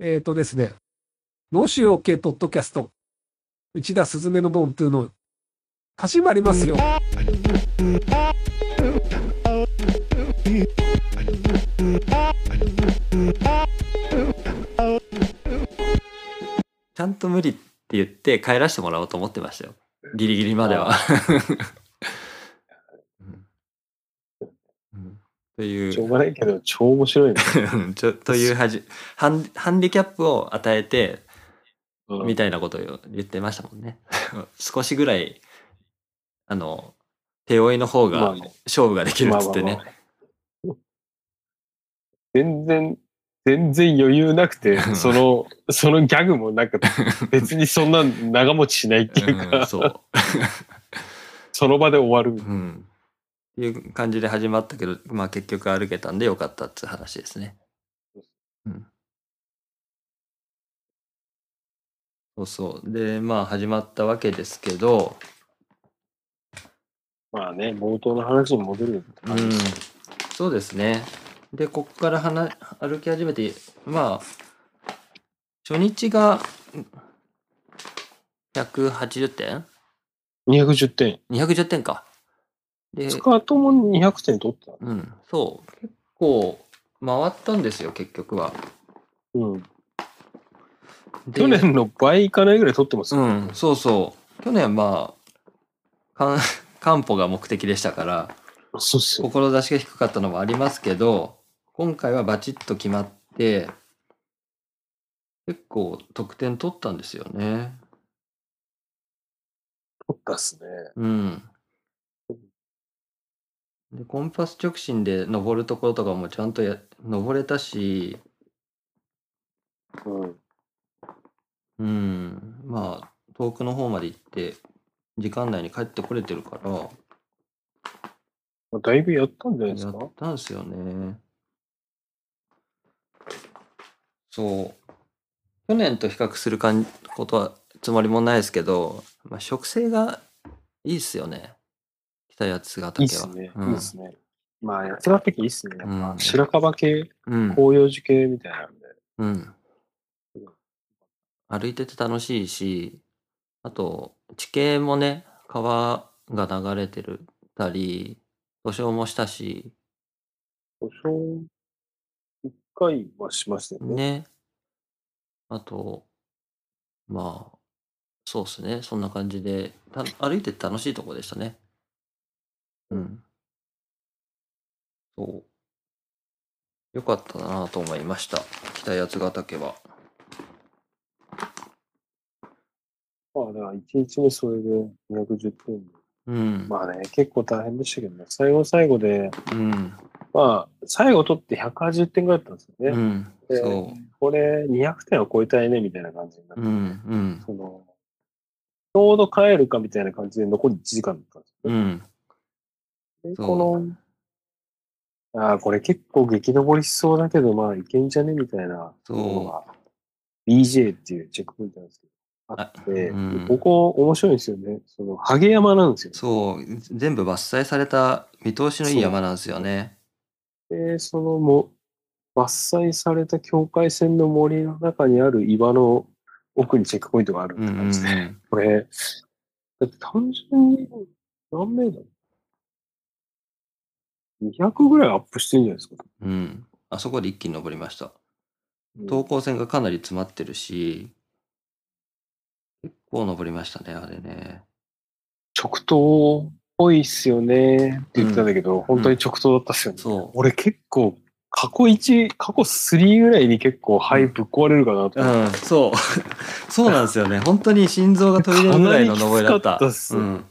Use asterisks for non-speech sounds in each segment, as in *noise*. えっ、とですね。脳腫瘍系ポッドキャスト。内田すずめのボントゥーの始まりますよ。ちゃんと無理って言って帰らせてもらおうと思ってましたよ。ギリギリまでは。うん *laughs* うんというしょうがないけど、超面白いね。うん *laughs* ちょというはじハンハンディキャップを与えてうんみたいなことを言ってましたもんね *laughs* 少しぐらいあの手負いの方まあがね勝負ができるっつってまねあまあまあ全然、全然余裕なくて、うんその、そのギャグもなんか別にそんな長持ちしないっていうか、うんそうその場で終わるみたいうんっていう感じで始まったけど、まあ、結局歩けたんでよかったっつう話ですね。うん、そうそうでまあ始まったわけですけど、な。まあね、冒頭の話に戻る。うん、そうですねでここから話歩き始めてまあ初日がん180点210点。 210点か。でスカートも200点取った。うん、そう結構回ったんですよ結局は。うん。で去年の倍いかないぐらい取ってます。うんそうそう去年まあかん *laughs* 漢方が目的でしたからそうっすよ。志が低かったのもありますけど今回はバチッと決まって結構得点取ったんですよね取ったっすね。うんでコンパス直進で登るところとかもちゃんとや登れたしうん。うんまあ遠くの方まで行って時間内に帰ってこれてるからまあだいぶやったんじゃないですやかったんですよね。そう。去年と比較するかんことはつもりもないですけど、まあ、植生がいいっすよね。北八ヶ岳は。いいっすね。ういいんっすね。まあ、八ヶ岳いいっすね。やっぱうん白樺系、うん。紅葉樹系みたいなんで。うん。歩いてて楽しいし、あと、地形もね、川が流れてるたり、故障もしたし、故障一回はしましたよね。ね。あと、まあ、そうですね。そんな感じで、た歩いてて楽しいとこでしたね。うん。そう。よかったなと思いました。北八ヶ岳は。まあ、だから1日目それで210点。うん。まあね、結構大変でしたけどね。最後の最後で、うん。まあ、最後取って180点ぐらいだったんですよね。うん。でそこれ200点を超えたいね、みたいな感じになっう。て、うん。うん。その、ちょうど帰るかみたいな感じで残り1時間だったんですうよね。ん。でそうこの、ああ、これ結構激登りしそうだけど、まあ、いけんじゃねみたいなそうのが、BJ っていうチェックポイントなんですけど、あって、あうんここ面白いんですよね。その、ハゲ山なんですよ。そう。全部伐採された見通しのいい山なんですよね。で、そのも、伐採された境界線の森の中にある岩の奥にチェックポイントがあるっうてん。う感んじで、これ、だって単純に何名だろう ?200 ぐらいアップしてるんじゃないですか。うん。うん。あそこで一気に登りました。等高線がかなり詰まってるし、結構登りましたね、あれね。直投っぽいっすよねって言ってたんだけど、本当に直投だったっすよね。そう。俺結構、過去1、過去3ぐらいに結構肺ぶっ壊れるかなとう思って。ん、そう。 *laughs* そうなんですよね。本当に心臓が飛び出るぐらいの登りだった。かなりきつかったっすうん。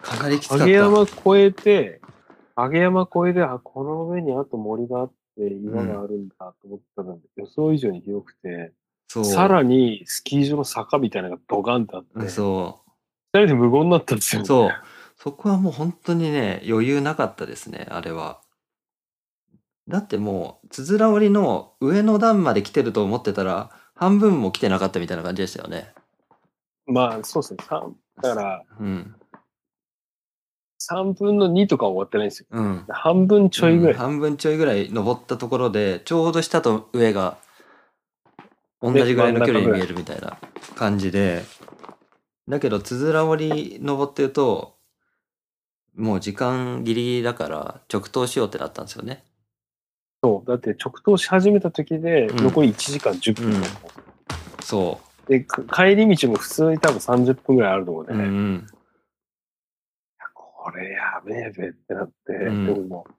かなりきつかった。上山越えて、上山越えて、あ、この上にあと森があって、岩があるんだと思ってたので、予想以上に広くて、そう。さらにスキー場の坂みたいなのがドガンってあって、うん二そ人で無言になったんですよう。ね。そう。そこはもう本当にね、余裕なかったですね、あれは。だってもう、つづら折りの上の段まで来てると思ってたら、半分も来てなかったみたいな感じでしたよね。まあ、そうですね。さんだから、うん。 3分の2とかは終わってないんですよ。うん。半分ちょいぐらい。うん半分ちょいぐらい登ったところでちょうど下と上が同じぐらいの距離に見えるみたいな感じで、だけど、つづら折り登ってると、もう時間ギリギリだから直投しようってなったんですよね。そう。だって直投し始めた時で、うん残り1時間10分、うんそで、か帰り道も普通に多分30分ぐらいあると思うう。ね。うんういやん。これやべえべってなって、んでももう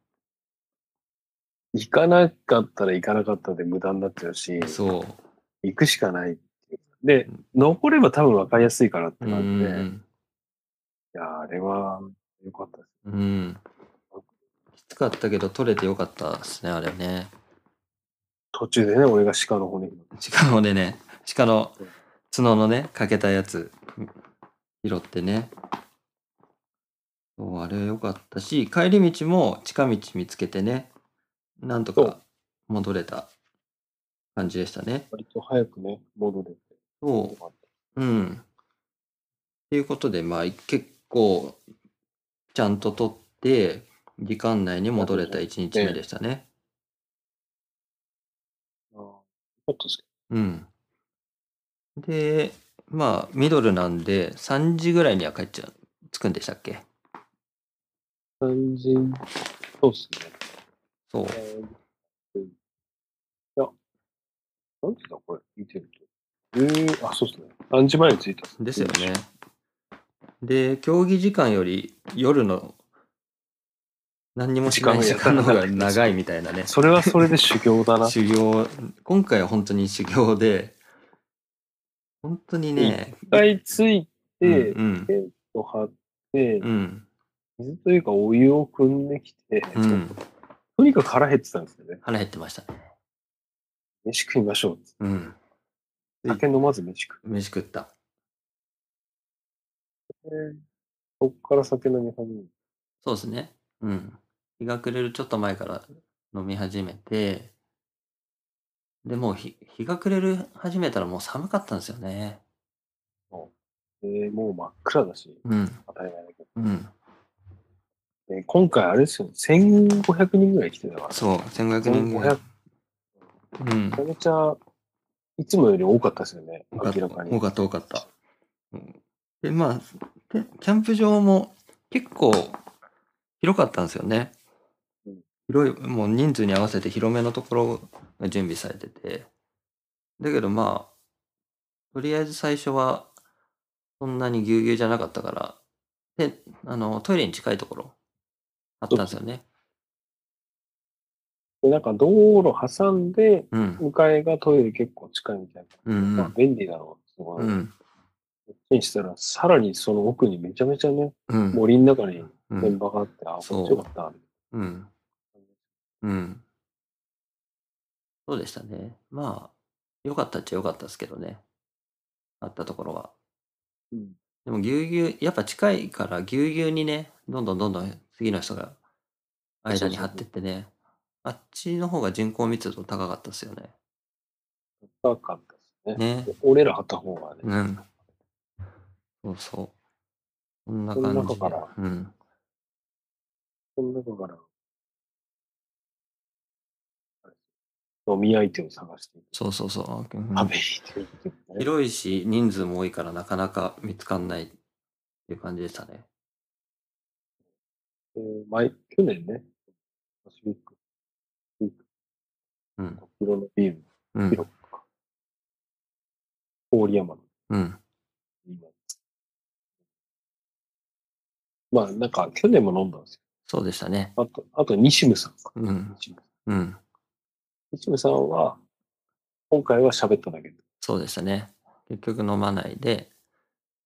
行かなかったら行かなかったで無駄になっちゃうし、そ行くしかないっていう。で、残れば多分分かりやすいからってう。うんう感じで、いん。や、あれは良かったです。うん。きつかったけど、取れてよかったですね、あれね。途中でね、俺が鹿の骨拾って鹿のでね、鹿の角のね、かけたやつ、拾ってね。そうあれよかったし、帰り道も近道見つけてね、なんとそうか戻れた感じでしたね。割と早くね、戻れて。そうん。うん。ということで、まあ、結構、ちゃんと取って、時間内に戻れた1日目でしたね。あーよかったですけうん。で、まあ、ミドルなんで、3時ぐらいには帰っちゃう、着くんでしたっけど感じ、そうですね。そう。えーいや、なんてだこれ、見てると。えー、あ、そうですね。何時前に着いたんですよ。ね。で、競技時間より夜の何にもしない時時間間の方ががやたら長い長いみたいなね。それはそれで修行 *laughs* だな。修行、今回は本当に修行で、本当にね、一回着いて、うん、テント張ってう、ん、水というかお湯を汲んできて、うん、とにかく腹減ってたんですよね。腹減ってましたね。飯食いましょうっつって。うん、酒飲まず飯食飯食った。って、そこから酒飲み始める。そうですね。うん。日が暮れるちょっと前から飲み始めて、でもう日日が暮れる始めたらもう寒かったんですよね。で、もう真っ暗だし、うん、当たり前だけど。うん。で今回あれですよね、1500人ぐらい来てたから、そう、1500人ぐらい1500。うんめちゃめちゃ、いつもより多かったですよね、多かった明らかに。多かった多かった。うんで、まあ、でキャンプ場も結構広かったんですよねうん。広い、もう人数に合わせて広めのところが準備されてて。だけどまあ、とりあえず最初はそんなにぎゅうぎゅうじゃなかったから、で、あの、トイレに近いところあったんですよね。で、なんか道路挟んで、うん。向かいがトイレ結構近いみたいうんな。うまあん。便利だろう。すごうい。ん。こっちにしたら、さらにその奥にめちゃめちゃね、うん。森の中にう現ん。場があって、あ、そこうっちよかった。うん。うん。そうでしたね。まあ、良かったっちゃ良かったですけどね。あったところは。うんでも、ぎゅうぎゅう、やっぱ近いから、ぎゅうぎゅうにね、どんどんどんどん次の人が間に張ってってね。あっちの方が人口密度高かったですよね。高かったですね。ね。で俺らあった方がね、うん。そうそう。こんな感そのじ中でから。うん。その中から、飲み相手を探して、そうそうそう。うん食べに行ってるっていうね広いし、人数も多いから、なかなか見つかんないっていう感じでしたね。えー前、去年ね、パシフィック、ビーク、うん。色のビーム、うん。広くか。郡山の、うん。今。まあ、なんか、去年も飲んだんですそうでしたね。よ。あと、あと、西村さんか。うん。西村うん。西村さんは、今回は喋っただけで。そうでしたね。結局飲まないで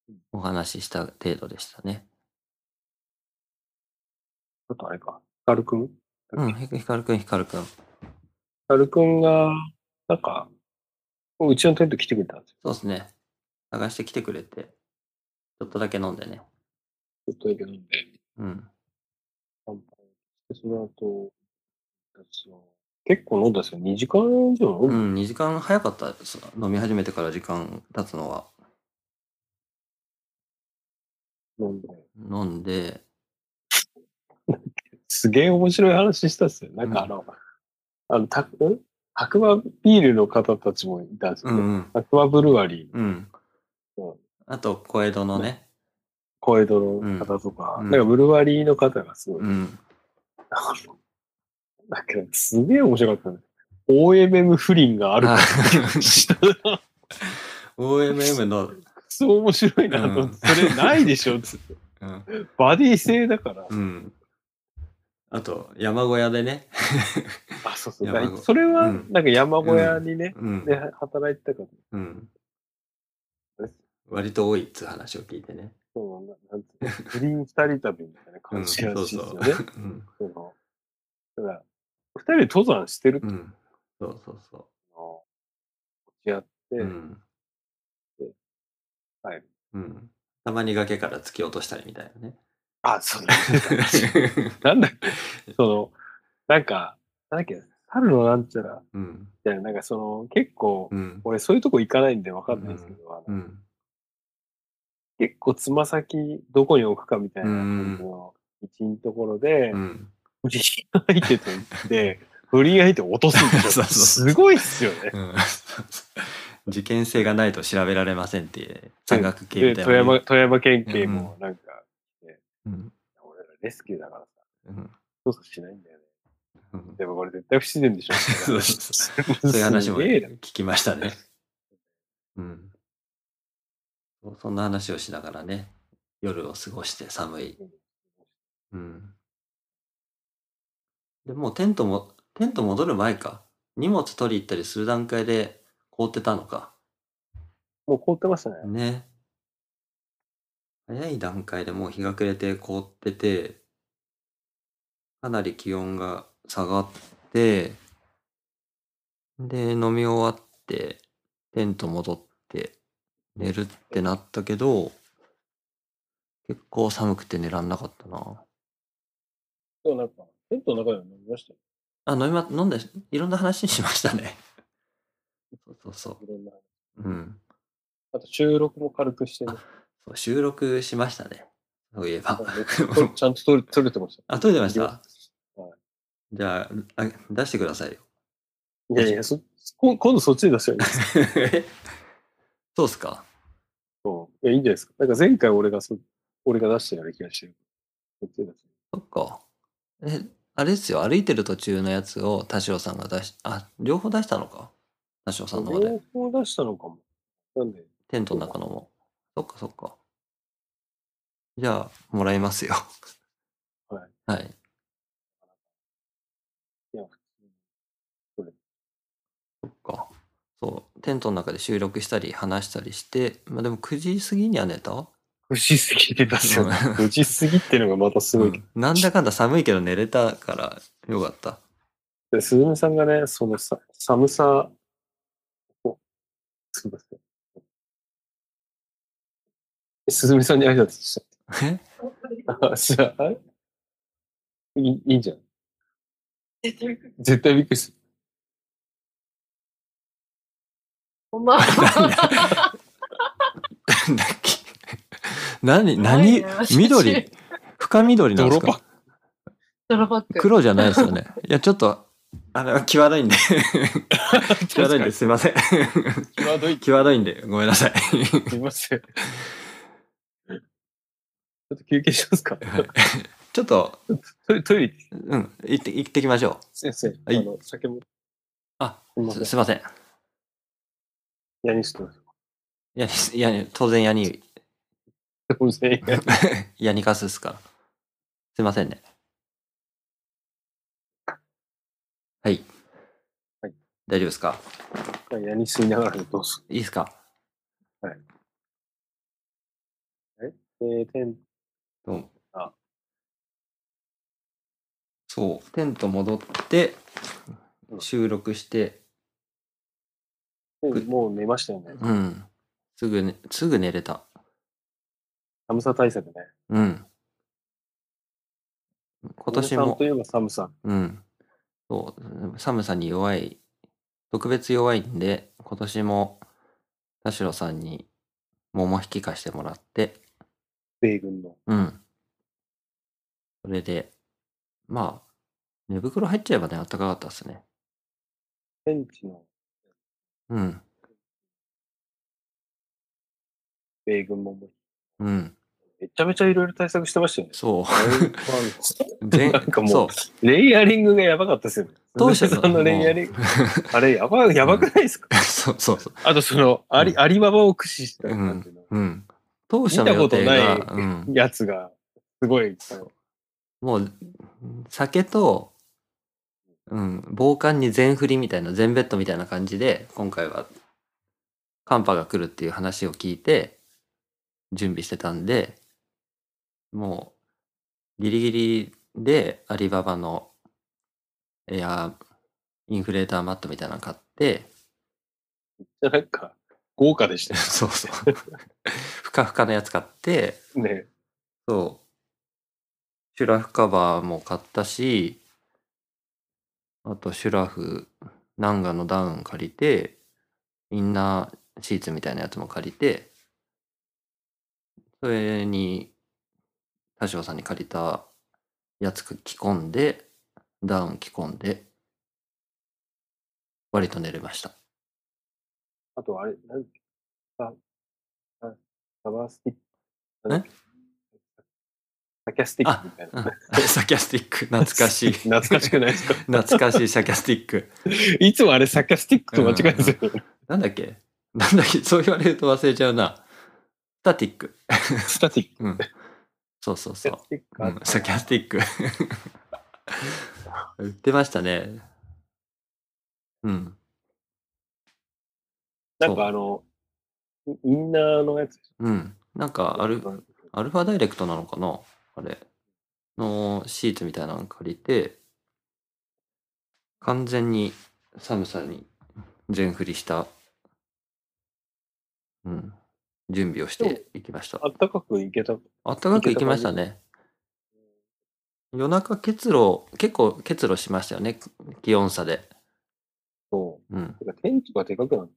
うん、お話しした程度でしたね。あと、あれか、ヒカルくんヒうん。ひひかるくん、ひかるくん。カルくんが、なんか、うちのテント来てくれたんですそうですね。探してきてくれて、ちょっとだけ飲んでね。よ。ちょっとだけ飲んで。うん。乾杯して、その後、私は結構飲んだんですよ。2時間以上飲んうだん。2時間早かったです。飲み始めてから時間経つのは。飲んで。飲んで、すげえ面白い話したっすよ。なんかあの、あの、た、ん白馬ビールの方たちもいたんですうよんね。うん。白馬ブルワリー、うん。あと、小江戸のね。小江戸の方とか、うんうんなんかブルワリーの方がすごい。うん。あのなんかすげえ面白かったね。OMM 不倫が *laughs* ある *laughs* あか OMM の、そう面白いなと思って、うんそれないで *laughs* しょつって。うん。バディ性だから。うん。あと、山小屋でね。あ、そうそう。山小屋それは、うんなんか山小屋にね、うん。で働いてたから、うんあれ。割と多いっつう話を聞いてね。そうななんつう *laughs* の不倫二人旅みたいなう感ん。じらそうしいそですよう。ね。うん。そのだから、二人で登山してるってうん。そうそうそのを付き合って、う。うん。はい。うん。たまに崖から突き落としたりみたいな *laughs* ね。あ、そうだ。 *laughs* なんだっけ、その、なんか、なんだっけ、猿のなんちゃら、うん。みたいな、なんかその、結構、うん。俺そういうとこ行かないんでわかんないですけど、あのうん。結構つま先どこに置くかみたいな感じの位置のところで、うん。不倫相手と *laughs* 言って、不倫相手を落とすんでしそうょ。そうすごいっすよね。うん事件性がないと調べられませんっていう山岳警で備隊富は山、ね富山県警もなんか、うん俺らレスキューだからさ、うん捜査しないんだよね。うんでもこれ絶対不自然でしょ。そうそうそういう話もすげえな聞きました *laughs* ね。うん。そんな話をしながらね、夜を過ごして寒い。うん。でもうテントも、テント戻る前か。荷物取り行ったりする段階で凍ってたのか。もう凍ってましたね。ね。早い段階でもう日が暮れて凍ってて、かなり気温が下がって、で、飲み終わって、テント戻って、寝るってなったけど、結構寒くて寝らんなかったな。そうなんか、テントの中でも飲みましたよ。あ、飲みま、飲んで、いろんな話しましたね。そうそうそいろんな。う。うん。あと収録も軽くしてね。そう収録しましたね。そういえば。ちゃんと撮れ撮れてました。あ、撮れてましたはじゃああ、出してくださ *laughs* いよ。いやいや、そ今今度そっちで出すよ。そうっすかそういや、いいんじゃないですか。なんか前回俺がそ、俺が出したような気がしてる。そっちで出す。そっか。え、あれですよ、歩いてる途中のやつを田代さんが出し、あ、両方出したのか田代さんの方で両。方出したのかも。なんで、テントの中のも。そっかそっか。じゃあ、もらいますよ。。はいはい。いや、そっか。そう、テントの中で収録したり話したりして、まあでも9時過ぎには寝た無事すぎて出 *laughs* すよ。 *laughs* うん無事すぎっていうのがまたすごいけど。うんなんだかんだ寒いけど寝れたからよかった。で、すずめさんがね、そのさ寒さを、すみません。すずめさんに挨拶しえた。 *laughs* あ、じゃあ、いいいいんじゃん。絶対びっくりする。こんばんは。なんだっけ *laughs* 何何怖いな緑深緑なんです泥パかッ泥パック。黒じゃないです *laughs* よね。いや、ちょっと、あれは際どいんで。際どいんで、すいません。 *laughs* ク。際どい。際どいんで、ごめんなさい。 *laughs* すみません。ちょっと休憩しますか。ちょっと、トイレ、トイレ行って、うん、行って、行ってきましょう。先生、はいあの、酒も、あ、すみませんすすいません。いヤニスト *laughs* です。や、いや、当然ヤニ、ごめんなさいヤニカスですから。すいませんね。はい。はい大丈夫ですかヤニ吸いながらどうぞ。いいですかえー、テンそうあそう、テント戻って、うん収録して、ト、もう寝ましたよね。うん。すぐ、ね、すぐ寝れた。寒さ対策ね。うん。今年寒さもと、いえば寒さ。うん。そう、寒さに弱い、特別弱いんで、今年も、田代さんに桃引き貸してもらって、米軍の。うん。それで、まあ、寝袋入っちゃえばね、あったかかったっすね。センチのうん。米軍ももううん。めちゃめちゃいろいろ対策してましたよ *laughs* ね。そだいぶう。全 *laughs* なんかもうそう。レイヤリングがやばかったですよね。当社さんのレイヤリング。あれやば、やばくないですか、そうそうそう。あとその、あり、アリババを駆使した感じのうん。当社の予定が、見たことなういん、やつが、すごい、もう、酒と、うん、防寒に全振りみたいな、全ベッドみたいな感じで、今回は、寒波が来るっていう話を聞いて、準備してたんで、もう、ギリギリでアリババのエアインフレーターマットみたいなの買って、なんか、豪華でした *laughs* よそうそう。 *laughs* ふかふかのやつ買って、ね。そう。シュラフカバーも買ったし、あとシュラフ、ナンガのダウン借りて、インナーシーツみたいなやつも借りて、それに、多少さんに借りたやつ着込んで、ダウン着込んで、割と寝れま *laughs* した。あと、あれ、なんか、あサバースティッえク。なんだっけサキャスティックみたいな。サキャスティック、懐かし *laughs* い。懐かしくないですか懐かしいサキャスティック。 *laughs* いつもあれ、サキャスティックと間違えるんですよね。なんだっけなんだっけそう言われると忘れちゃうな。スタティック。スタティック。うん。そうそうそう。ティッうん、サキャスティック。売ってましたね。うん。なんかあの、インナーのやつ。うん。なんかアル、アルファダイレクトなのかなあれ。のシーツみたいなの借りて、完全に寒さに全振りした、うん、準備をしていきましたあ。ったかくいけた。あったかく行きましたね。夜中結露、結構結露しましたよね、気温差で。そうん。う。てか天気がでかくなる。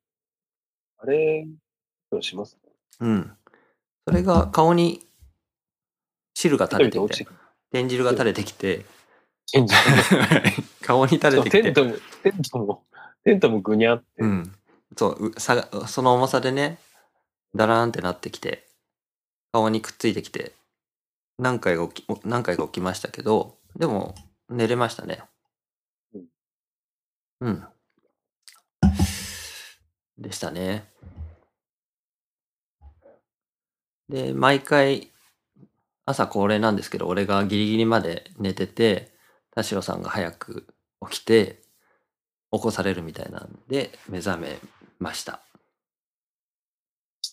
あれ、どうしますうん。それが顔に汁が垂れてき落ちてて、くる。天汁が垂れてきて、 *laughs* チェンジ。顔に垂れてテきて、ントも、テントも、テントもぐにゃって。うん。そううさが、その重さでね、だらーんってなってきて、顔にくっついてきて、何回か起き、何回か起きましたけど、でも、寝れましたねうん。うん。でしたね。で、毎回、朝恒例なんですけど、俺がギリギリまで寝てて、田代さんが早く起きて、起こされるみたいなんで、目覚めました。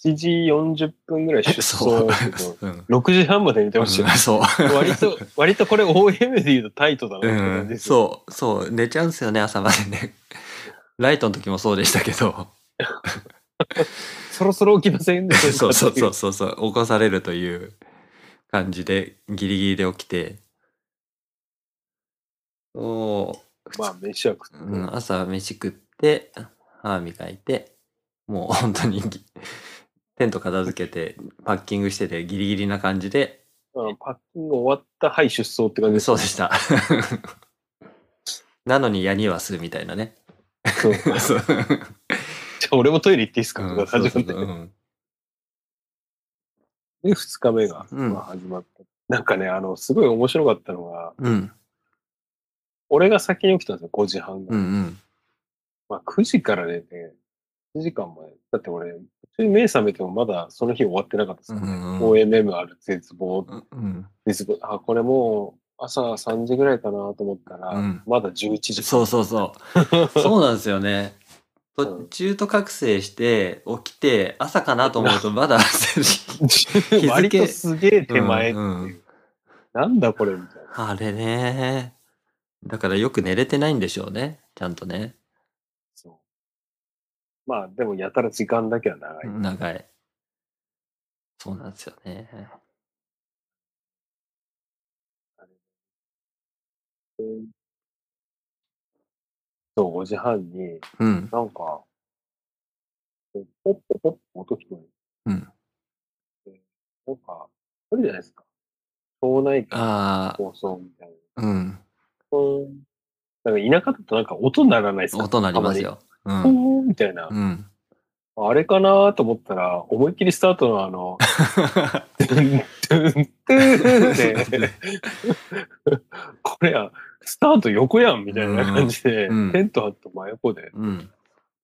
7時40分ぐらい *laughs* 出そう走。うん。 6時半まで寝てましたよ。そう。 *laughs* 割と、割とこれ OM で言うとタイトだなってう感じん、ですそよ。う、そう、寝ちゃうんすよね、朝までね。 *laughs* ライトの時もそうでしたけど、そろそろ起きませんでしょそうそうそう。そうそう、起こされるという感じで、ギリギリで起きて、そ *laughs* まあ、飯は食ってう、うん、朝飯食って、歯磨いて、もう本当にぎ、テント片付けて、パッキングしてて、ギリギリな感じで、あのパッキング終わった、はい、出走って感じですそうでした。 *laughs* なのに、やにはするみたいなね。そう *laughs* じゃそうあ俺もトイレ行っていいですかとうかんそう始そうまってそう。うんで、二日目が、うんまあ、始まった。なんかね、あの、すごい面白かったのが、うん。俺が先に起きたんですよ、5時半ぐうらい。んうん。まあ、9時から寝て、1時間前。だって俺、途中目覚めてもまだその日終わってなかったですからね。うんうんうん OMM ある絶望、うん絶望。あ、これもう、朝3時ぐらいかなと思ったら、うんまだ11時。そうそうそう。そうなんですよね。うん途中途覚醒して起きて朝かなと思うとまだ *laughs* う *laughs* 割とすげえ手前っていう。うんうんなんだこれみたいな。あれね。だからよく寝れてないんでしょうね。ちゃんとね。そう。まあ、でもやたら時間だけは長い。長い。そうなんですよね。そう、5時半に、うん。なんか、ポッポッポッポ音聞こうん。える。なんか、あるじゃないですか。町内会のああ、放送みたいな。うん。うん。なんか田舎だとなんか音鳴らないですか音鳴ります。よ。うたまにん。ポーンみたいな。うん。あれかなと思ったら、思いっきりスタートのあの、トゥントゥントゥンって、これや、スタート横やんみたいな感じで、うんうんテント張った真横で、 *laughs* うん。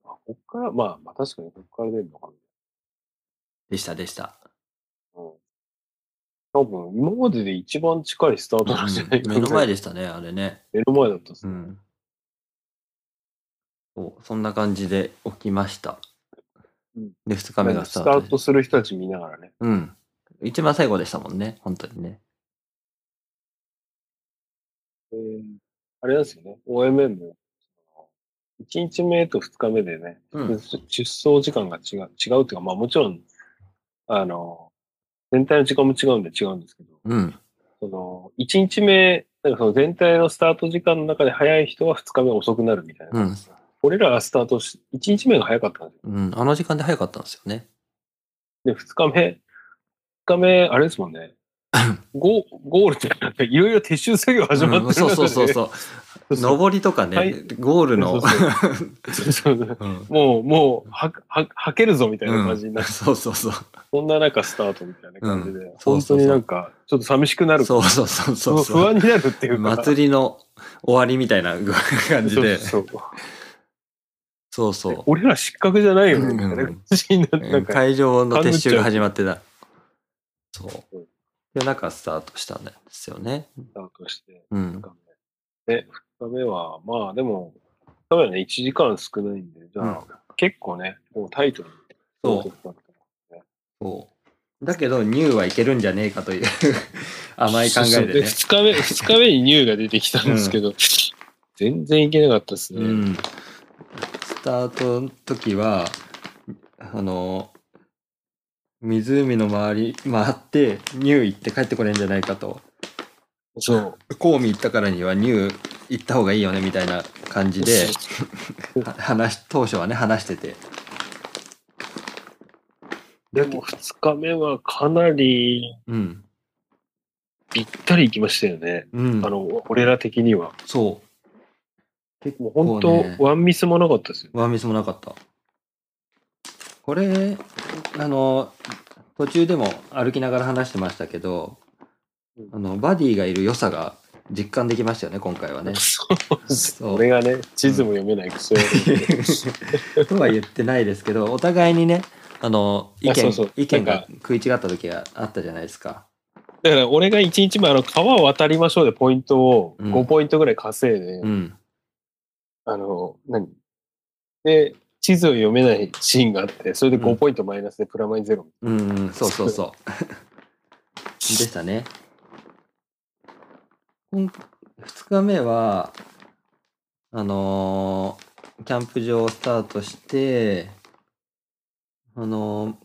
あこっから、まあ、まあ確かにこっから出るのかな。でした、でした。うん多分、今までで一番近いスタートなんじゃないかな目の前でしたね、あれね。目の前だったっすうねん。そう、そんな感じで起きましたうん。で、2日目がスタスータトーでトする人たち見ながらね。うん。一番最後でしたもんね、本当にね。えーあれなんですよね。OMM も、1日目と2日目でね、うん。出走時間が違う、違うっていうか、まあもちろん、あの、全体の時間も違うんで違うんですけど、うん。その、1日目、なんかその全体のスタート時間の中で早い人は2日目遅くなるみたいな。うん。俺らがスタートし、1日目が早かったんですよ。うん。あの時間で早かったんですよね。で、2日目、2日目、あれですもんね。 *laughs* ゴーゴールってなんかいろいろ撤収作業始まってる、うんそうそうそうそう。うそう上りとかね、はいゴールの。そうそう *laughs* うんもう、もう、は、は、はけるぞみたいな感じになって、そうそうそう。そんな中スタートみたいな感じうで、んそう本そ当うそうになんか、ちょっと寂しくなる。そうそうそうそう不安になるっていうか。祭りの終わりみたいな *laughs* 感じで。そうそうそうそう。俺ら失格じゃないよね、みたいな感じになって、うなんんか、会場の撤収が始まってた。そう。で、なんかスタートしたんですよね。スタートして、う2ん。日目。で、2日目は、まあでも、2日目はね、1時間少ないんで、じゃあ、結構ね、もうタイトに。そうそう。だけど、ニューはいけるんじゃねえかという *laughs* 甘い考えでね。 2日目、二日目にニューが出てきたんですけど、全然いけなかったですね。うん。スタートの時は、あの、湖の周り回って、ニュー行って帰ってこれんじゃないかと。そう。コーミ行ったからにはニュー行った方がいいよねみたいな感じで、は話し、当初はね、話してて。でも2日目はかなりうん。ぴったり行きましたよね。うんあ。の、俺ら的には。そ結構構本ね当、ワンミスもなかったですよ。。う。ワンミスもなかった。これ、あの、途中でも歩きながら話してましたけど、あの、バディがいる良さが実感できましたよね、今回はねそうですそう *laughs* 俺がね、地図も読めないクソ野 *laughs* 郎でとは言ってないですけど、お互いにね、あの、意見、あそうそう意見なんがか食い違った時があったじゃないですか。だから俺が1日目、あの、川を渡りましょうでポイントをうん5ポイントぐらい稼いで、うん。あの、何で、地図を読めないシーンがあって、それで5ポイントマイナスでプラマイゼロ。うん、うん、そうそうそう。 *laughs* でしたね。2日目は、あのーキャンプ場をスタートして、あのー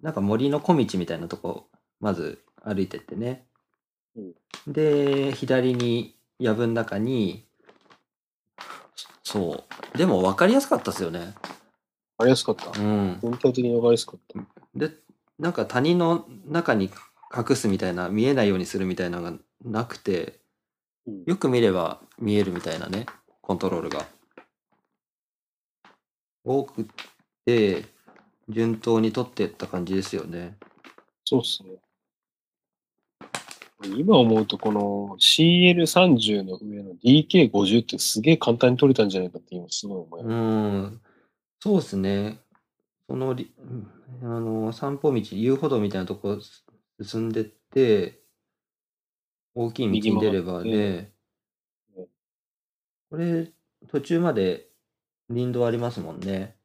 なんか森の小道みたいなとこ、まず歩いてってね。で、左に、藪の中に、そう。でも分かりやすかったですよね。ありやすかった。うん。全体的に分かりやすかった。でなんか谷の中に隠すみたいな見えないようにするみたいなのがなくてうんよく見れば見えるみたいなねコントロールが多くて順当に取ってった感じですよねそうっすね。今思うと、この CL30 の上の DK50 ってすげえ簡単に取れたんじゃないかって今すごい思います。うんそうですねそのりうんあの散歩道遊歩道みたいなとこ進んでって大きい道に出れば右曲ねうんこれ途中まで林道ありますもんね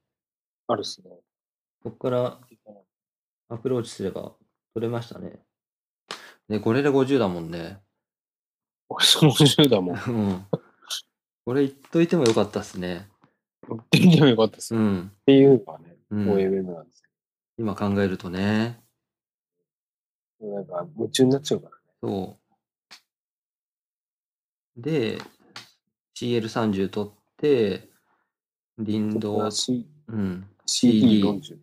あるっすね。ここからアプローチすれば取れましたねねこれで50だもんね俺その50だもん。うんこれ言っといてもよかったっすねできてもよかったっすうね。ん、っていうのがね、うん、 OMM なんです今考えるとねけど、なんか夢中になっちゃうからね。そう。で、CL30 取って、林道、 C うん。 CD40。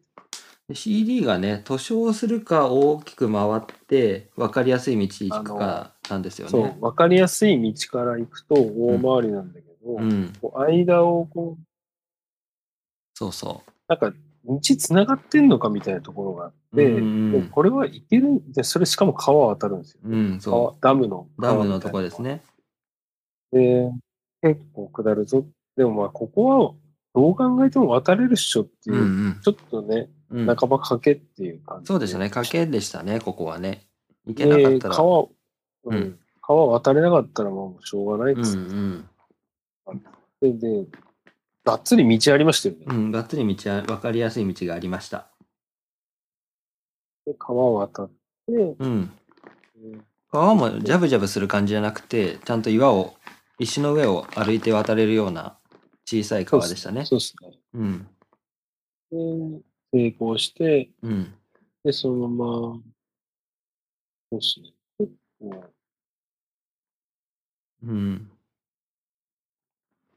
で CD がね、図書をするか大きく回って、分かりやすい道行くかなんですよね。そう、わかりやすい道から行くと大回りなんだけど、うん、こう間をこう、そうそう。なんか、道繋がってんのかみたいなところがあって、うんでこれは行けるで、それしかも川を渡るんですよ。うん、川そダムのう。ダムのとこですね。ね。で、結構下るぞ。でもまあ、ここはどう考えても渡れるっしょっていうう、んちょっとね、うん。うん、半ば賭けっていう感じ。そうでしたね。賭けでしたね、ここはね。行けで。なかったら。川を、ううんん、川渡れなかったらもうしょうがないっうんつっうん。て、で、がっつり道ありましたよね。うん、がっつり道は、分かりやすい道がありました。で川を渡って、うん。川もジャブジャブする感じじゃなくて、ちゃんと岩を、石の上を歩いて渡れるような小さい川でしたね。そうですね。うん。で、成功して、うん。で、そのまま、そうですね。結構、うん。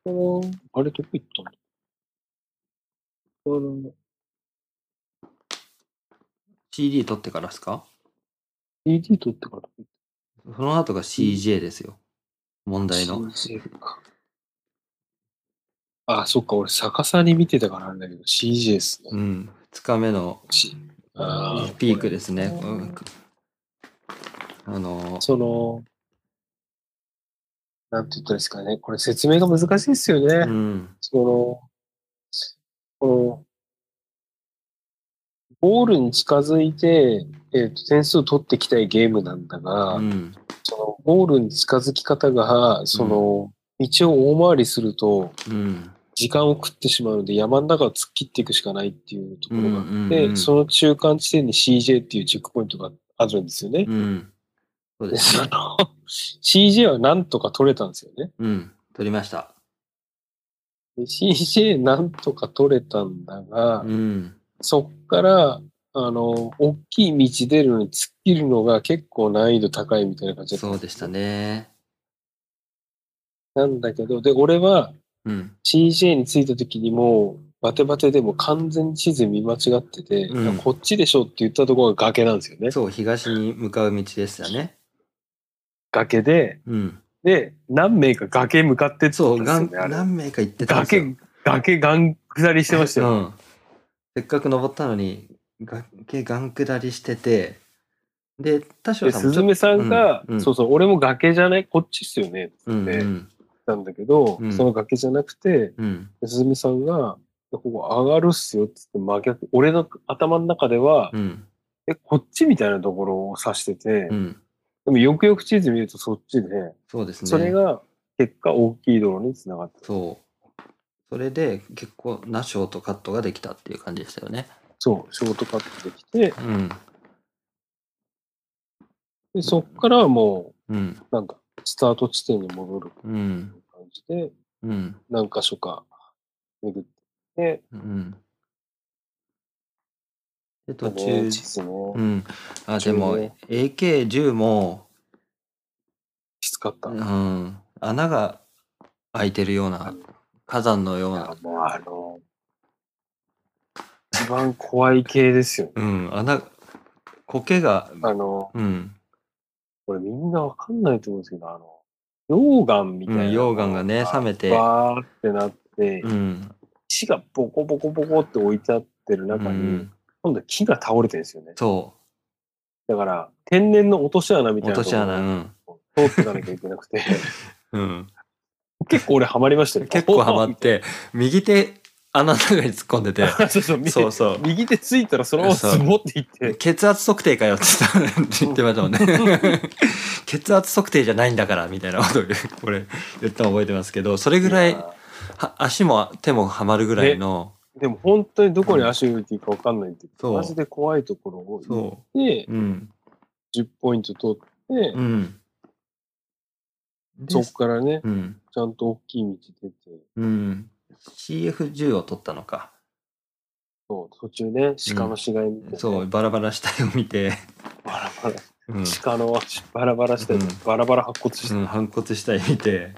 このあれどこ行ったのこの CD 撮ってからですか CD 取ってからどこ行っその後が CJ ですよ。問た題の。 CJ かあそっか、俺逆さに見てたからあれだけど、CJ ですね。うん。2日目の C あーピークですね。ううんんあの、その、なんて言ったらいいですかね。これ説明が難しいですよね。うん。その、この、ゴールに近づいて、えーと点数を取ってきたいゲームなんだが、うん。そのゴールに近づき方が、その、道を大回りすると、うん。時間を食ってしまうので、山の中を突っ切っていくしかないっていうところがあって、うんうんうんその中間地点に CJ っていうチェックポイントがあるんですよね。うん。そうでですそ *laughs* ね。の CJ はなんとか取れたんですよね。うん。撮りました。で CJ なんとか取れたんだが、うん。そっから、あの、大きい道出るのに突っ切るのが結構難易度高いみたいな感じだったそうでしたね。なんだけど、で、俺はうん。 CJ に着いた時にもう、バテバテでもう完全に地図見間違ってて、うんいやこっちでしょって言ったところが崖なんですよね。そう、東に向かう道でしたね。崖で、うん。で、何名か崖向かってっそたう、がんですよんね。あれ何名か行ってたんですよ。崖、崖、ガン下りしてましたよ。うん。せっかく登ったのに、崖、岩下りしてて、で、田代で、さんすずめさんが、うんうんそうそう、俺も崖じゃない、こっちっすよね、うっん、うて言ん、ったんだけど、うんその崖じゃなくて、うん、で鈴木さんが、ここ上がるっすよってって真逆、俺の頭の中では、うん、え、こっちみたいなところを指してて、うん。でもよくよく地図見るとそっちで、そうですね。それが結果大きい道路につながってた。そう。それで、結構、ナショーとカットができたっていう感じでしたよね。そう、ショートカットできて、うん、でそっからはもうんう、、なんか、スタート地点に戻るう感ん、じで、うん、何箇所か巡って、うん。で、途この中、地図のうん。あ、でも途中ね、 AK10 も、きつかった。ういん、穴が開いてるような火山のようやな、もうあの、一番怖い系ですよね。うん、穴苔が、あの、うん、これみんなわかんないと思うんですけど、あの、溶岩みたいな。うん溶岩がね冷めてバーってなって、うん、石がボコボコボコって置いてあってるう中に、ん、今度は木が倒れてるんですよね。そだから、天然の落とし穴みう、たい落なととこしろ穴、うん、を通っていかなきゃいけ *laughs* なくて、うん、結構俺ハマりましたよ *laughs* 結構ハマっ。て、右手穴の中に突っ込んで *laughs* て、そうそう、右そうそう右手ついたらそのままズボっていって、血圧測定かよって言った言ってましたもんね。血圧測定じゃないんだから、みたいなことをこれ言ったの覚えてますけど、それぐらい、やは足も手もはまるぐらいの、ーでも本当にどこに足を置いていいかわかんないって言って、そうマジで怖いところを行っそてう、、うん、 10ポイント取って、うん。でそこからね、うん。ちゃんと大きい道出て、うん。CF10 を取ったのか。そう、途中ね、鹿の死骸見て、ねそう、バラバラ死体を見て、バラバラ、 *laughs* うん、鹿の足バラバラしたり、うんバラバラ白骨して、うん反骨死体見て、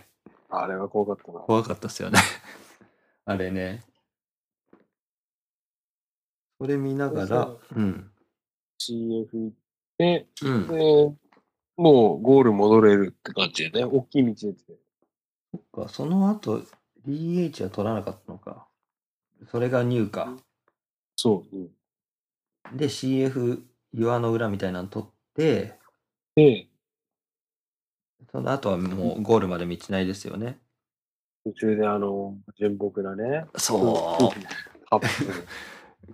あれは怖かったな。怖かったっす *laughs* よね。あれね。それ見ながら、うん。 CF 行って、うん。で、もうゴール戻れるって感じでね、大きい道でって。そっか、その後、DH は取らなかったのか。それがニューか。そう。うんで、CF 岩の裏みたいなの取って、で、その後はもうゴールまで道ないですよね。途中であの、純朴なね、そカップ。う。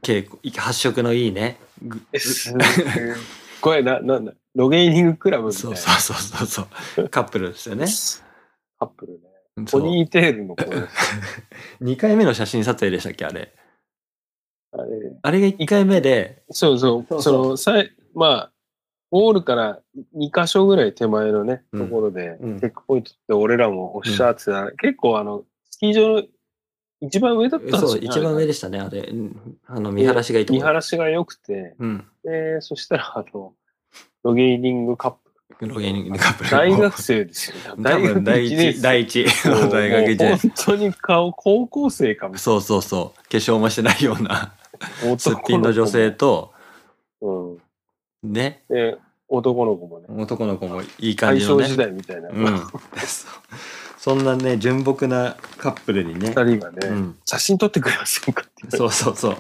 結構、発色のいいね。ぐえすっごい、な、なんだ、ロゲーニングクラブみたいそなうそうそうそうそう。 *laughs* カップルですよね。カップルね。そポうニーテールの子 *laughs* です。 2回目の写真撮影でしたっけあれ。あれあれが1回目で、そうそそう、そうそうのさい、まあ、ゴールから2箇所ぐらい手前のね、うとんころで、うんチェックポイントって俺らもおっしゃってた、結構あの、スキー場の一番上だったんですよそう、ね一番上でしたね、あれ。うんあの、見晴らしがいいとこ見晴らしが良くて、うん。で、そしたら、あの、ロゲーニングカップ。ロゲーニングカップル。大学生ですよ *laughs* ね。多分第一年一、生第一、 *laughs* 大学一もう年。本当に顔、高校生かも。そうそうそう。化粧もしてないような、すっ男ぴんの女性と、子も。うん。ね、で、男の子もね、男の子もいい感大じの正ね。時代みたいな、うん。そうそんなね、純朴なカップルにね。二人がね、うん。写真撮ってくれませんかって言われてそうそうそ *laughs* う。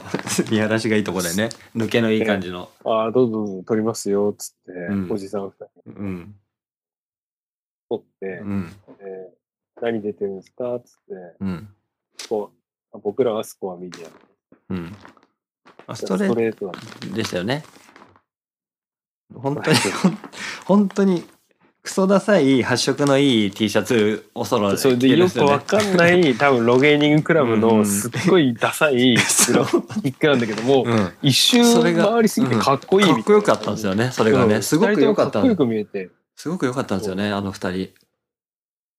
見晴らしがいいとこでね。抜けのいい感じの。ああ、どうぞどうぞ撮りますよ、つって、んおじさん二人うん。撮って、うん。で何出てるんですかつってうん。こう、あ僕らはスコアミディア。うん。あスストトレートレートだ。でしたよね。本当に、ほん本当に、クソダサい発色のいい T シャツおそろそれ着てでるよ人くわか *laughs* んない、多分ロゲーニングクラブうんうのんすっごいダ *laughs* サいグラフィックなんだけども、うん、一周それが回りすぎてかっこいいかみっこいなよかったんですよね、それがうね。んすごくよかった二人ともかっこよく見えて。すごくよかったんですよね、あの二人。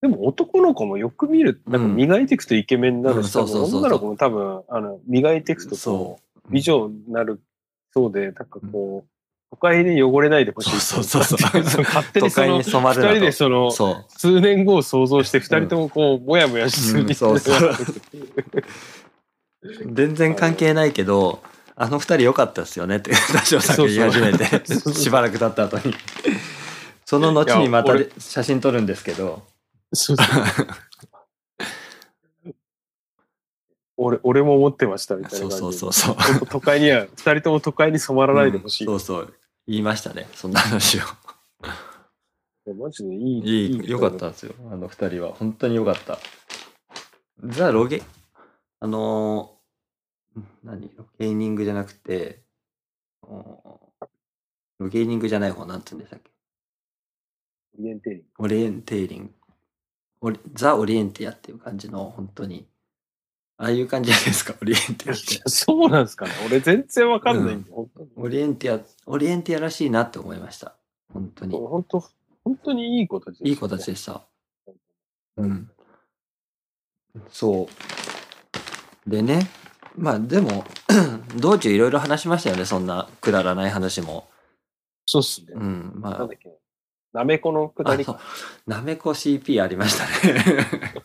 でも男の子もよく見る、なんか磨いていくとイケメンになるし、うん多うんそうそうそう分女の子も多分、あの、磨いていくとこうそ美女になるそうで、なんかこう、都会で汚れないでほしい。そうそうそうそう勝手都にそ会の、に二染まるなと。人でその、そう。数年後を想像して、二人ともこう、もやもやしすぎて、うんそうそう全然関係ないけど、あの二人良かったですよねって、私はさんが言い始めそうて、そうしばらく経った後に。その後にまたいや俺写真撮るんですけど、そうそう俺、俺も思ってました、みたいそなう感じで。そうそうそう。本当都会には、二人とも都会に染まらないでほしい。うんそうそう。言いましたね、そんな話を。マジでいい。いい、良かっったんですよ、あの二人は。本当に良かった。ザ・ロゲ、あのー、ん何ロゲーニングじゃなくて、あのーロゲーニングじゃない方、なんて言うんでしたっけオリエンテーリングオリエンテーリング。オリザ・オリエンティアっていう感じの、本当に。ああいう感じじゃないです *laughs* か、オリエンティアって。そうなんですかね。俺全然わかんないんで、本当にオリエンティア、オリエンティアらしいなって思いました。本当に。本当、本当にいい子たちですねいい子たちでした。うん。そう。でね、まあでも、 *clears throat* 道中いろいろ話しましたよね、そんなくだらない話も。そうっすね。うん、まなんあだっけ。なめこのくだありそう。なめこ CP ありましたね。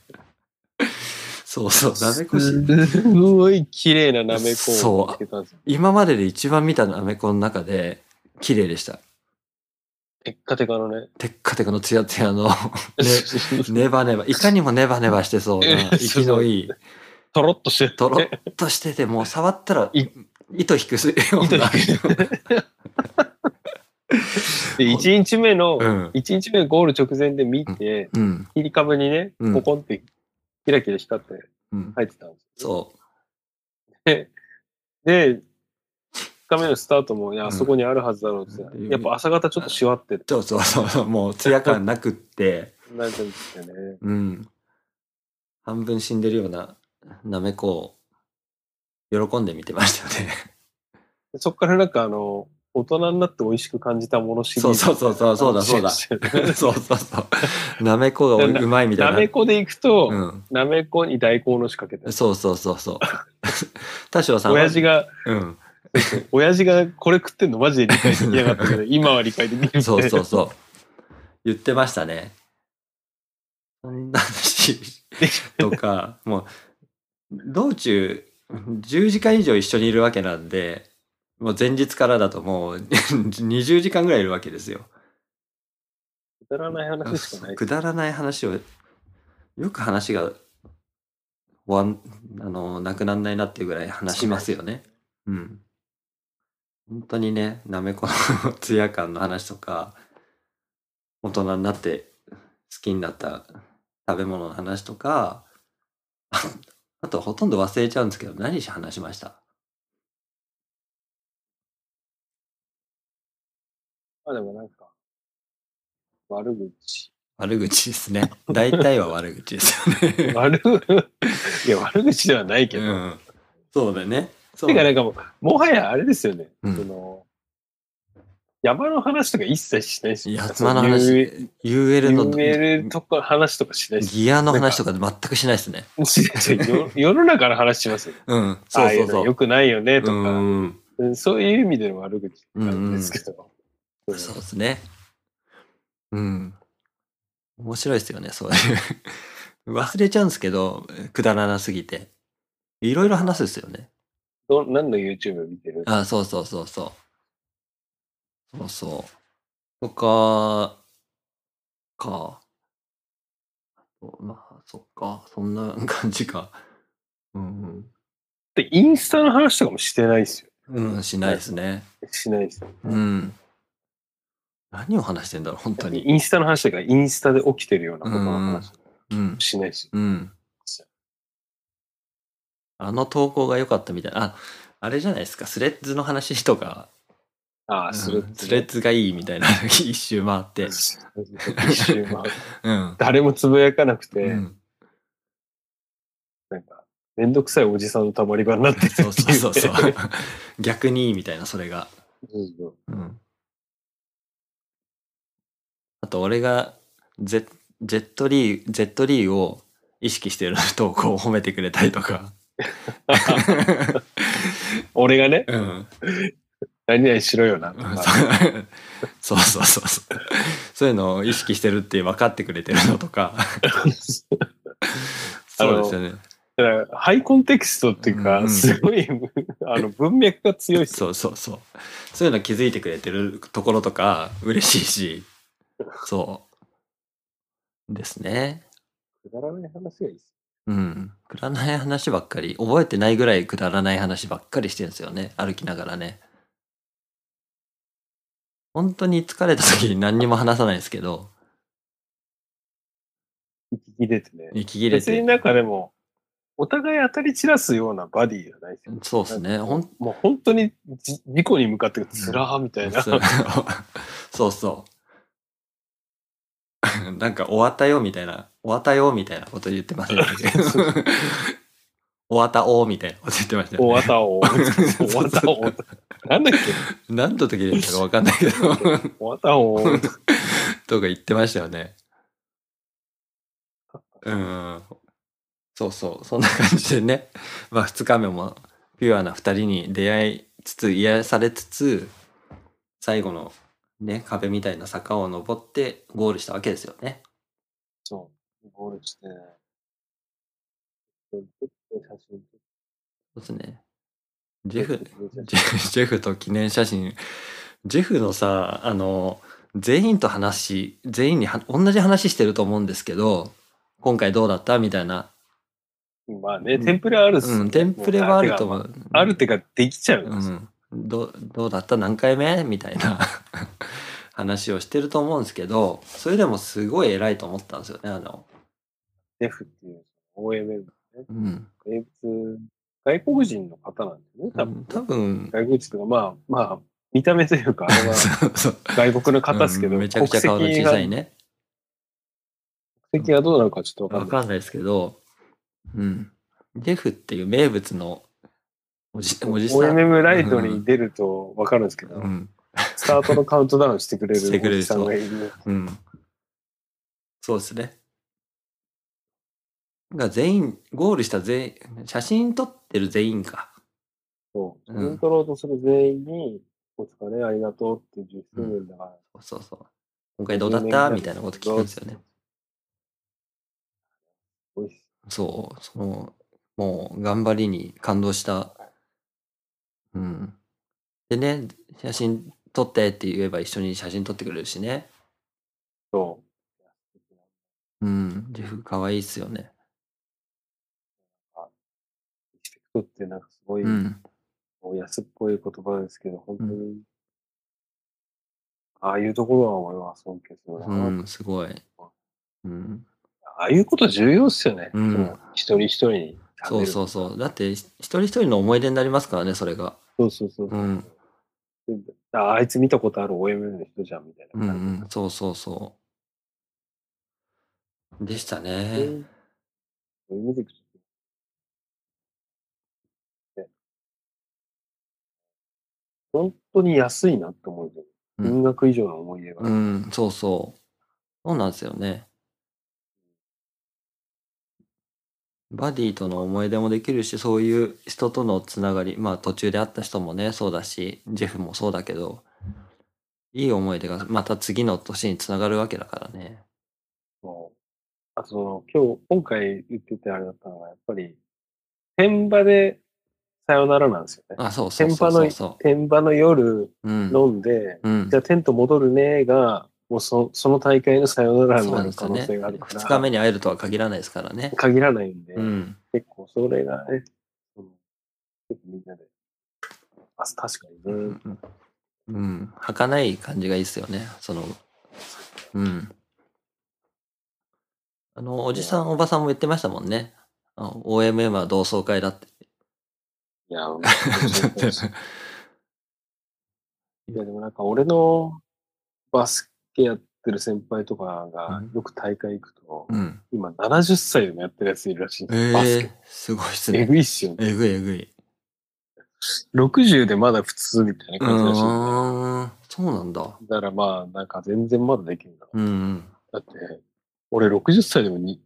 *laughs* そうそう、なめこ CP。すごい綺麗ななめこを見つけたんですよ。今までで一番見たなめこの中で、綺麗でした。テッカテカの *laughs* ね。テッカテカのツヤツヤ *laughs* の、ね、ネバネバ。いかにもネバネバしてそうな、息のいい。とろっとしてとろっねとしてて、もう触ったらい、糸引くすような。 *laughs* で、1日目の、 *laughs* うん。一日目ゴール直前で見て、うん。切り株にねうん、ポコンってキラキラ光ってうん。入ってたんですよ。そで、2日目のスタートも、いや、うんあそこにあるはずだろうってうん。やっぱ朝方ちょっとしわってう。そうそうそうそう。もう、ツヤ感なくって、なるんですよね。うん。半分死んでるような、なめこを、喜んで見てましたよね。でそっからなんかあの、大人になって美味しく感じたものシリーズ。そうそうそうそうそうだ *laughs* そうだ。そうそうそう。なめこがうまいみたないめな。こで行くと、うん。なめこに大根の仕掛けて。そうそうそう *laughs* そう。田代さんは親父が、うん。親父がこれ食ってんのマジで理解できなかったけ *laughs* ど、今は理解できるみたいなそう *laughs* そうそう。言ってましたね。そんな話とか、もう、道中、10時間以上一緒にいるわけなんで、 *laughs* もう前日からだともう20時間ぐらいいるわけですよ。だらない話しかない。くだらない話を、よく話が、わん、あの、なくなんないなっていうぐらい話しますよね。うん。本当にね、なめこのツヤ感の話とか、大人になって好きになった食べ物の話とか、ああとほとんど忘れちゃうんですけど、何し話しましたまあでもなんか、悪口。悪口ですね。大体は悪口ですよね。 *laughs* 悪、いや、悪口ではないけど。うん、そうだね。そうてかなんかもう、もはやあれですよね。うんその、山の話とか一切しないし。いや、妻の話、UL の、 UL とか話とかしないし。ギアの話とか全くしないですね。しないし *laughs* よ世の中の話しますよ。うん、あ *laughs* そうあいそううのそ良う。くないよねとうか、ん、そういう意味での悪口なんですけど。うんそうですね。うん。面白いですよね、そういう。 *laughs* 忘れちゃうんですけど、くだらなすぎて。いろいろ話すですよね。ど何の YouTube 見てるあ、そうそうそうそう。そうそう。とか、か。あとまあ、そっか。そんな感じか。うん、で、インスタの話とかもしてないですよ。うん。うん、しないですね。しないです。うん。何を話してんだろう、本当に。インスタの話とか、インスタで起きてるようなことの話もうん。しないですよ。うん。あの投稿が良かったみたいな。あ、あれじゃないですか。スレッズの話とか、うああ、んススレレッッズがいいみたいな、一周回って。一周回ってうん。誰もつぶやかなくて、うんなんか、めんどくさいおじさんのたまり場になってるっていそうそうそうそう。逆にいいみたいな、それが。うんうん。あと、俺がゼ、ジェットリー、ジェットリーを意識してる投稿を褒めてくれたりとか。俺がね、うん。何々しろよなとうんか、そうそうそうそう。そういうのを意識してるって分かってくれてるのとか。そうですよね。だからハイコンテクストっていうか、うんうんすごい、 *laughs* あの、文脈が強いっす。そうそうそう。そういうの気づいてくれてるところとか嬉しいし。そう。ですね。くだらない話がいいっす。うん。くだらない話ばっかり。覚えてないぐらいくだらない話ばっかりしてるんですよね。歩きながらね。本当に疲れた時に何にも話さないですけど、息切れてね。息切れ別にて。なんかでも、お互い当たり散らすようなバディじゃないですよ。そうですね。ほんもう本当にじ事故に向かってつらーみたいな。そう *laughs* そう *laughs* そう。なんか終わったよみたいな、終わったよみたいなこと言ってませんでしたけどそう *laughs* 終わったおみたいなこと言ってましたよ、おね。わた *laughs* お。おわたお。なんだっけ何の時でしたかわかんないけど、おわたお。とか言ってましたよね。うん。そうそう、そんな感じでね。 *laughs* まあ2日目もピュアな2人に出会いつつ、癒されつつ、最後のね、壁みたいな坂を登ってゴールしたわけですよね。そう。ゴールして。写真そうですね。ジェフ、ジェフジェフと記念写真。ジェフのさ、あの、全員と話し、全員には同じ話してると思うんですけど、今回どうだったみたいな。まあね、テンプレあるっすうん、テンプレはあるともう思う。ああるってか、できちゃううんですよ。ん。どうどうだった何回目 *laughs* みたいな話をしてると思うんですけど、それでもすごい偉いと思ったんですよね、あの。ジェフっていう、OMM、うん。名物、外国人の方なんですよね、多分。多 *laughs* 分、外国人とか、まあ、まあ、見た目というか、あれはそうそう外国の方ですけど、うんめちゃくちゃ顔の小さいね。国籍がどうなのかちょっとわわかんない。かんないですけど、うん。ジェフっていう名物のおじおじさん、 OMM ライトに出るとわかるんですけど、うんスタートのカウントダウンしてくれるしてくれるおじさんがいる。うん。そうですね。が全員、ゴールした全員、写真撮ってる全員か。そう。うんイントローとする全員に、お疲れ、ありがとうって10周年だから。そうそう。今回どうだったみたいなこと聞くんですよね。。おいしい。そう、その、もう、頑張りに感動した。うん。でね、写真撮ってって言えば一緒に写真撮ってくれるしね。そう。うん、ジェフ可愛いっすよね。リスペクトってなんかすごい、うん。安っぽい言葉ですけど、本当に、ああいうところは俺は尊敬するな。うん、すごい。うん。ああいうこと重要っすよね。うんその一人一人に。そうそうそう。だって、一人一人の思い出になりますからね、それが。そうそうそう。うんああいつ見たことある OM の人じゃんみたいうんなう感ん、そうそうそう。でしたじ。ね。そういう意味でいくとね本当に安いなって思うよ。うん音楽以上の思い出が。うん、そうそう。そうなんですよね。バディとの思い出もできるし、そういう人とのつながり、まあ途中で会った人もね、そうだし、ジェフもそうだけど、いい思い出がまた次の年につながるわけだからね。そうあとその、今日、今回言っててあれだったのが、やっぱり、天場でさよならなんですよね。あ、そうそうそうそうそ天場の夜う。うん。飲んで、うんじ。ゃあテント戻るねーが、もうそその大会のさよならにそうななんるです可よ能ね。性があるから、 2日目に会えるとは限らないですからね。限らないんで、うん。結構それがね、その結構みんなで、あ、確かにうね、ん。うん。儚い感じがいいですよね。その、うん。あの、おじさん、おばさんも言ってましたもんね。あの OMM は同窓会だって。いや、本当にそう *laughs* いや、でもなんか俺のバスケやってる先輩とかがよく大会行くと、うん。今70歳でもやってるやついるらしいんえですよ。バスえすごいっすケ。えね。ぐいっすよね。えぐいえぐい。 60でまだ普通みたいなう感じらしい。ーん。そうなんだ。だからまあ、なんか全然まだできるんだろうんう。だって、俺60歳でもに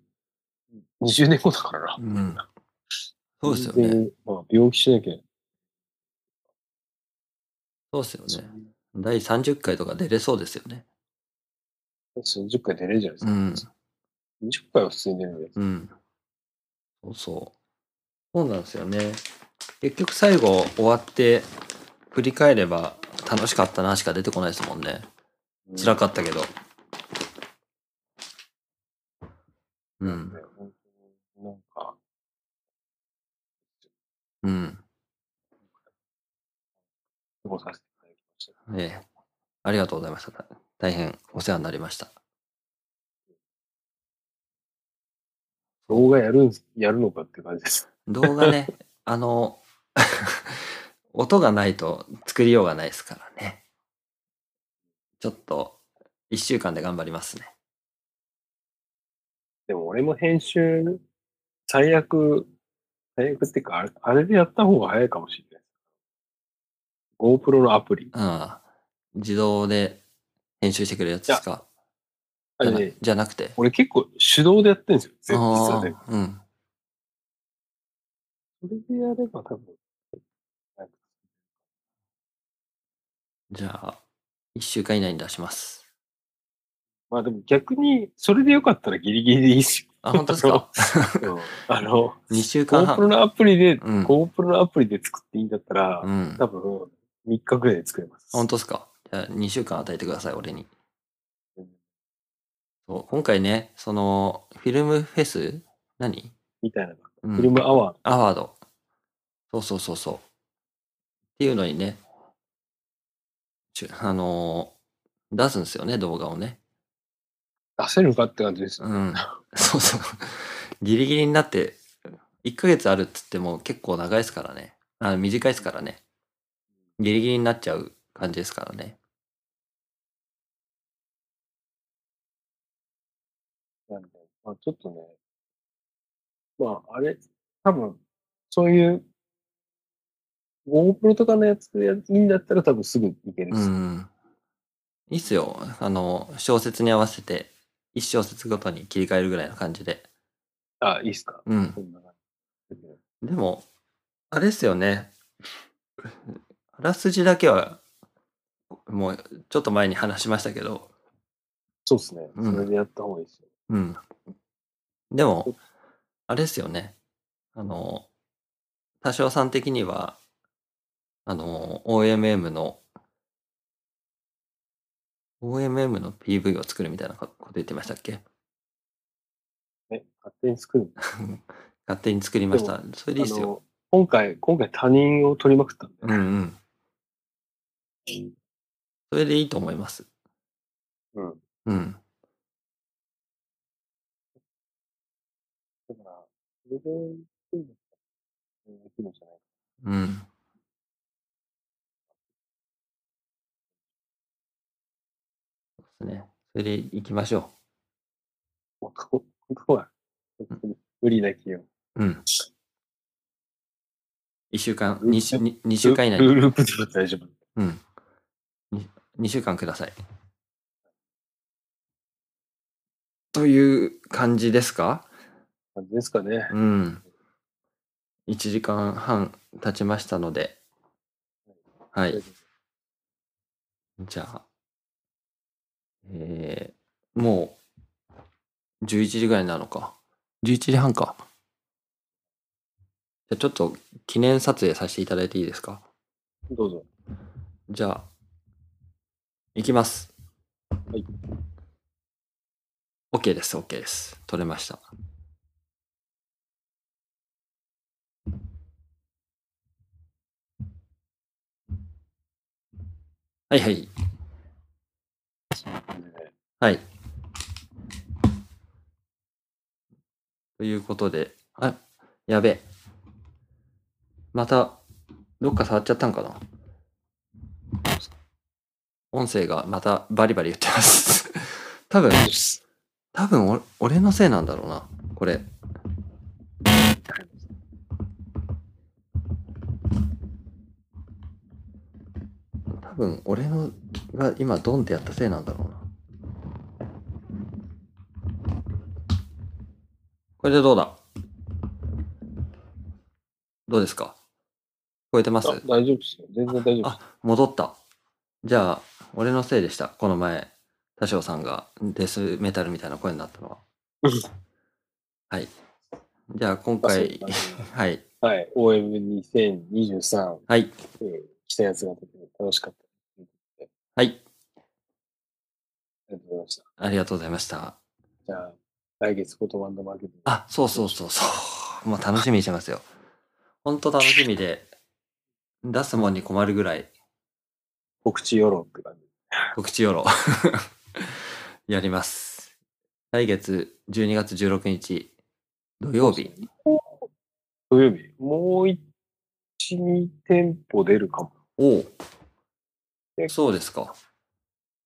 20年後だからなう。ん。うん。そうですよね全。然。まあ、病気しなきゃ。そうですよね。第30回とか出れそうですよね。 30回出れるじゃないうでん。すか。20回は普通に出るんです。うん。そうそう。そうなんですよね。結局最後終わって振り返れば楽しかったなしか出てこないですもんね。辛かったけど。ううんん。。なんか、うん。過ごさせていただきました。ええ。ありがとうございました。大変お世話になりました。動画やるんす、やるのかって感じです。 *laughs* 動画 *laughs* ね、あの、音がないと作りようがないですからね。ちょっと、一週間で頑張りますね。でも俺も編集、最悪、最悪っていうか、あれあれでやった方が早いかもしれない。GoPro のアプリ。ああ、自動で編集してくれるやつですかあじゃれなね、じゃなくて。俺結構手動でやってるんですよ。実あはあね。うん。それでやれば多分、じゃあ、一週間以内に出します。まあでも逆に、それでよかったらギリギリでいいし。 *laughs* あ、本当ですかうんあ *laughs* の、 ?2 週間 GoPro 半。のアプリで、うん GoPro のアプリで作っていいんだったら、うん。多分、3日ぐらいで作れます。本当ですかじゃあ、2週間与えてください、俺にうん。そう今回ね、その、フィルムフェス何、みたいな。フうんィルムアワー、アワード。そうそうそうそう。っていうのにね、ちゅあのー出すんですよね、動画をね。出せるかって感じです。うん。そうそう。ギリギリになって、1ヶ月あるっつっても結構長いですからね。あ短いですからね。ギリギリになっちゃう感じですからね。なんで、まあちょっとね、まああれ、多分、そういう、GoPro とかのやつでいいんだったら多分すぐいけるうし、ん。いいっすよ。あの、小説に合わせて、1小節ごとに切り替えるぐらいの感じで。あ、いいっすか。うん。そんな感じででも、あれですよね。あらすじだけは、もうちょっと前に話しましたけど、そうっすね。うんそれでやった方がいいっすよ。うん。でも、あれですよね。あの、多少さん的には、あの、OMM の、OMM の PV を作るみたいなこと言ってましたっけ勝手に作る。勝手に作りました。それでいいですあよ。の今回、今回他人を取りまくったんで、うんうん。それでいいと思います。うん。うん。だから、それで、いいのかうんできるんじゃないうん。そうですね。それで行きましょもうこここは、本当に無理なきよ。う。うん。一週間、二週、に二週間以ル内。ルループでも大丈夫。うん。に二週間ください。という感じですか感じですかね。うん。1時間半経ちましたので。はい。じゃあ。えー、もう、11時ぐらいなのか。11時半か。じゃあちょっと記念撮影させていただいていいですかどうぞ。じゃあ、いきます。はい。 OK です、OK です。撮れました。はいはい。はい。ということで、あ、やべえ。また、どっか触っちゃったんかな音声がまたバリバリ言ってます。 *laughs* 多分、多分お俺のせいなんだろうな、これ。多分俺のが今ドンってやったせいなんだろうな。これでどうだどうですか聞こえてますあ大丈夫ですよ。全然大丈夫であ戻った。じゃあ、俺のせいでした。この前、多少さんがデスメタルみたいな声になったのは。はい。じゃあ、今回す。、あそうはい。 *laughs* はい。OM2023、はい。えー来たやつがとても楽しかった。はい。ありがとうございました。ありがとうございました。じゃあ、来月言葉のマーケティング。あ、そうそうそうそう。もう楽しみにしてますよ。ほんと楽しみで、出すもんに困るぐらい、告知よろって感じ。告知よろ。 *laughs* やります。来月、12月16日、土曜日。土曜日、もう一、二店舗出るかも。おうえそうですか。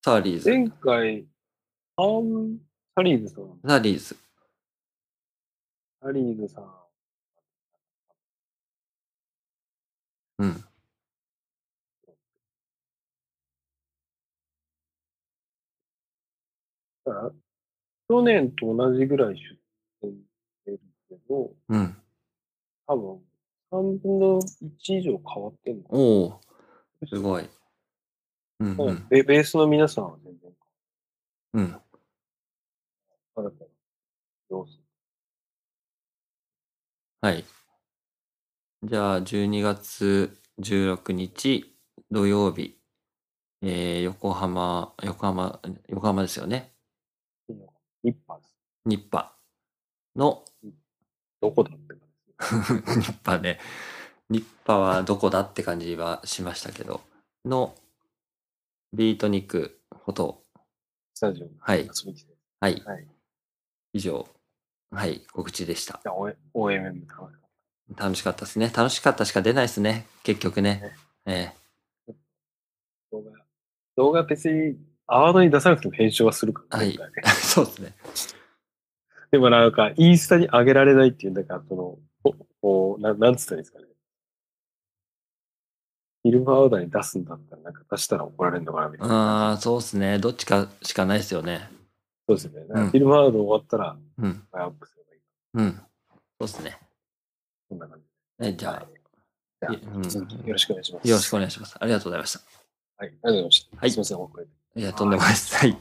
サーリー前ズ。回、アーム、サリーズさん、サーリーズ。サリーズさん、うん。だから去年と同じぐらい出店してるけど、うん。多分、3分の1以上変わってんのかおおすごい。うん、な、うん。ベベースの皆さんは全然うん。変わらない。どうするはい。じゃあ、12月16日土曜日、えー、横浜、横浜、横浜ですよね。一発。ニッパの、 *laughs* どこだって感じ。ニッパね。ニッパはどこだって感じはしましたけど、の、ビートニックフォト。スタジオにはい遊。びに来て。はい。はい以上、はい、告知でした。じゃあ、O- OMM かな。楽しかったですね。楽しかったしか出ないですね。結局ね。え動画、動画別に、アワードに出さなくても編集はするから、はい今回ねえ *laughs* そうですね。でもなんか、インスタに上げられないっていうんだから、その、ここう、ななんつったらいいんですかね。フィルムアワードに出すんだったら、なんか出したら怒られるのかな、みたいな。ああ、そうですね。どっちかしかないですよね。そうですよね。なうんんかフィルムアワード終わったら、うん。アップすればいい。うん。そうですね。そんな感じ。えじゃじゃあ、あいうん、引き続きよろしくお願いします。よろしくお願いします。ありがとうございました。はい、ありがとうございました。はいすみません、遅れて。いや、とんでもないです。はい。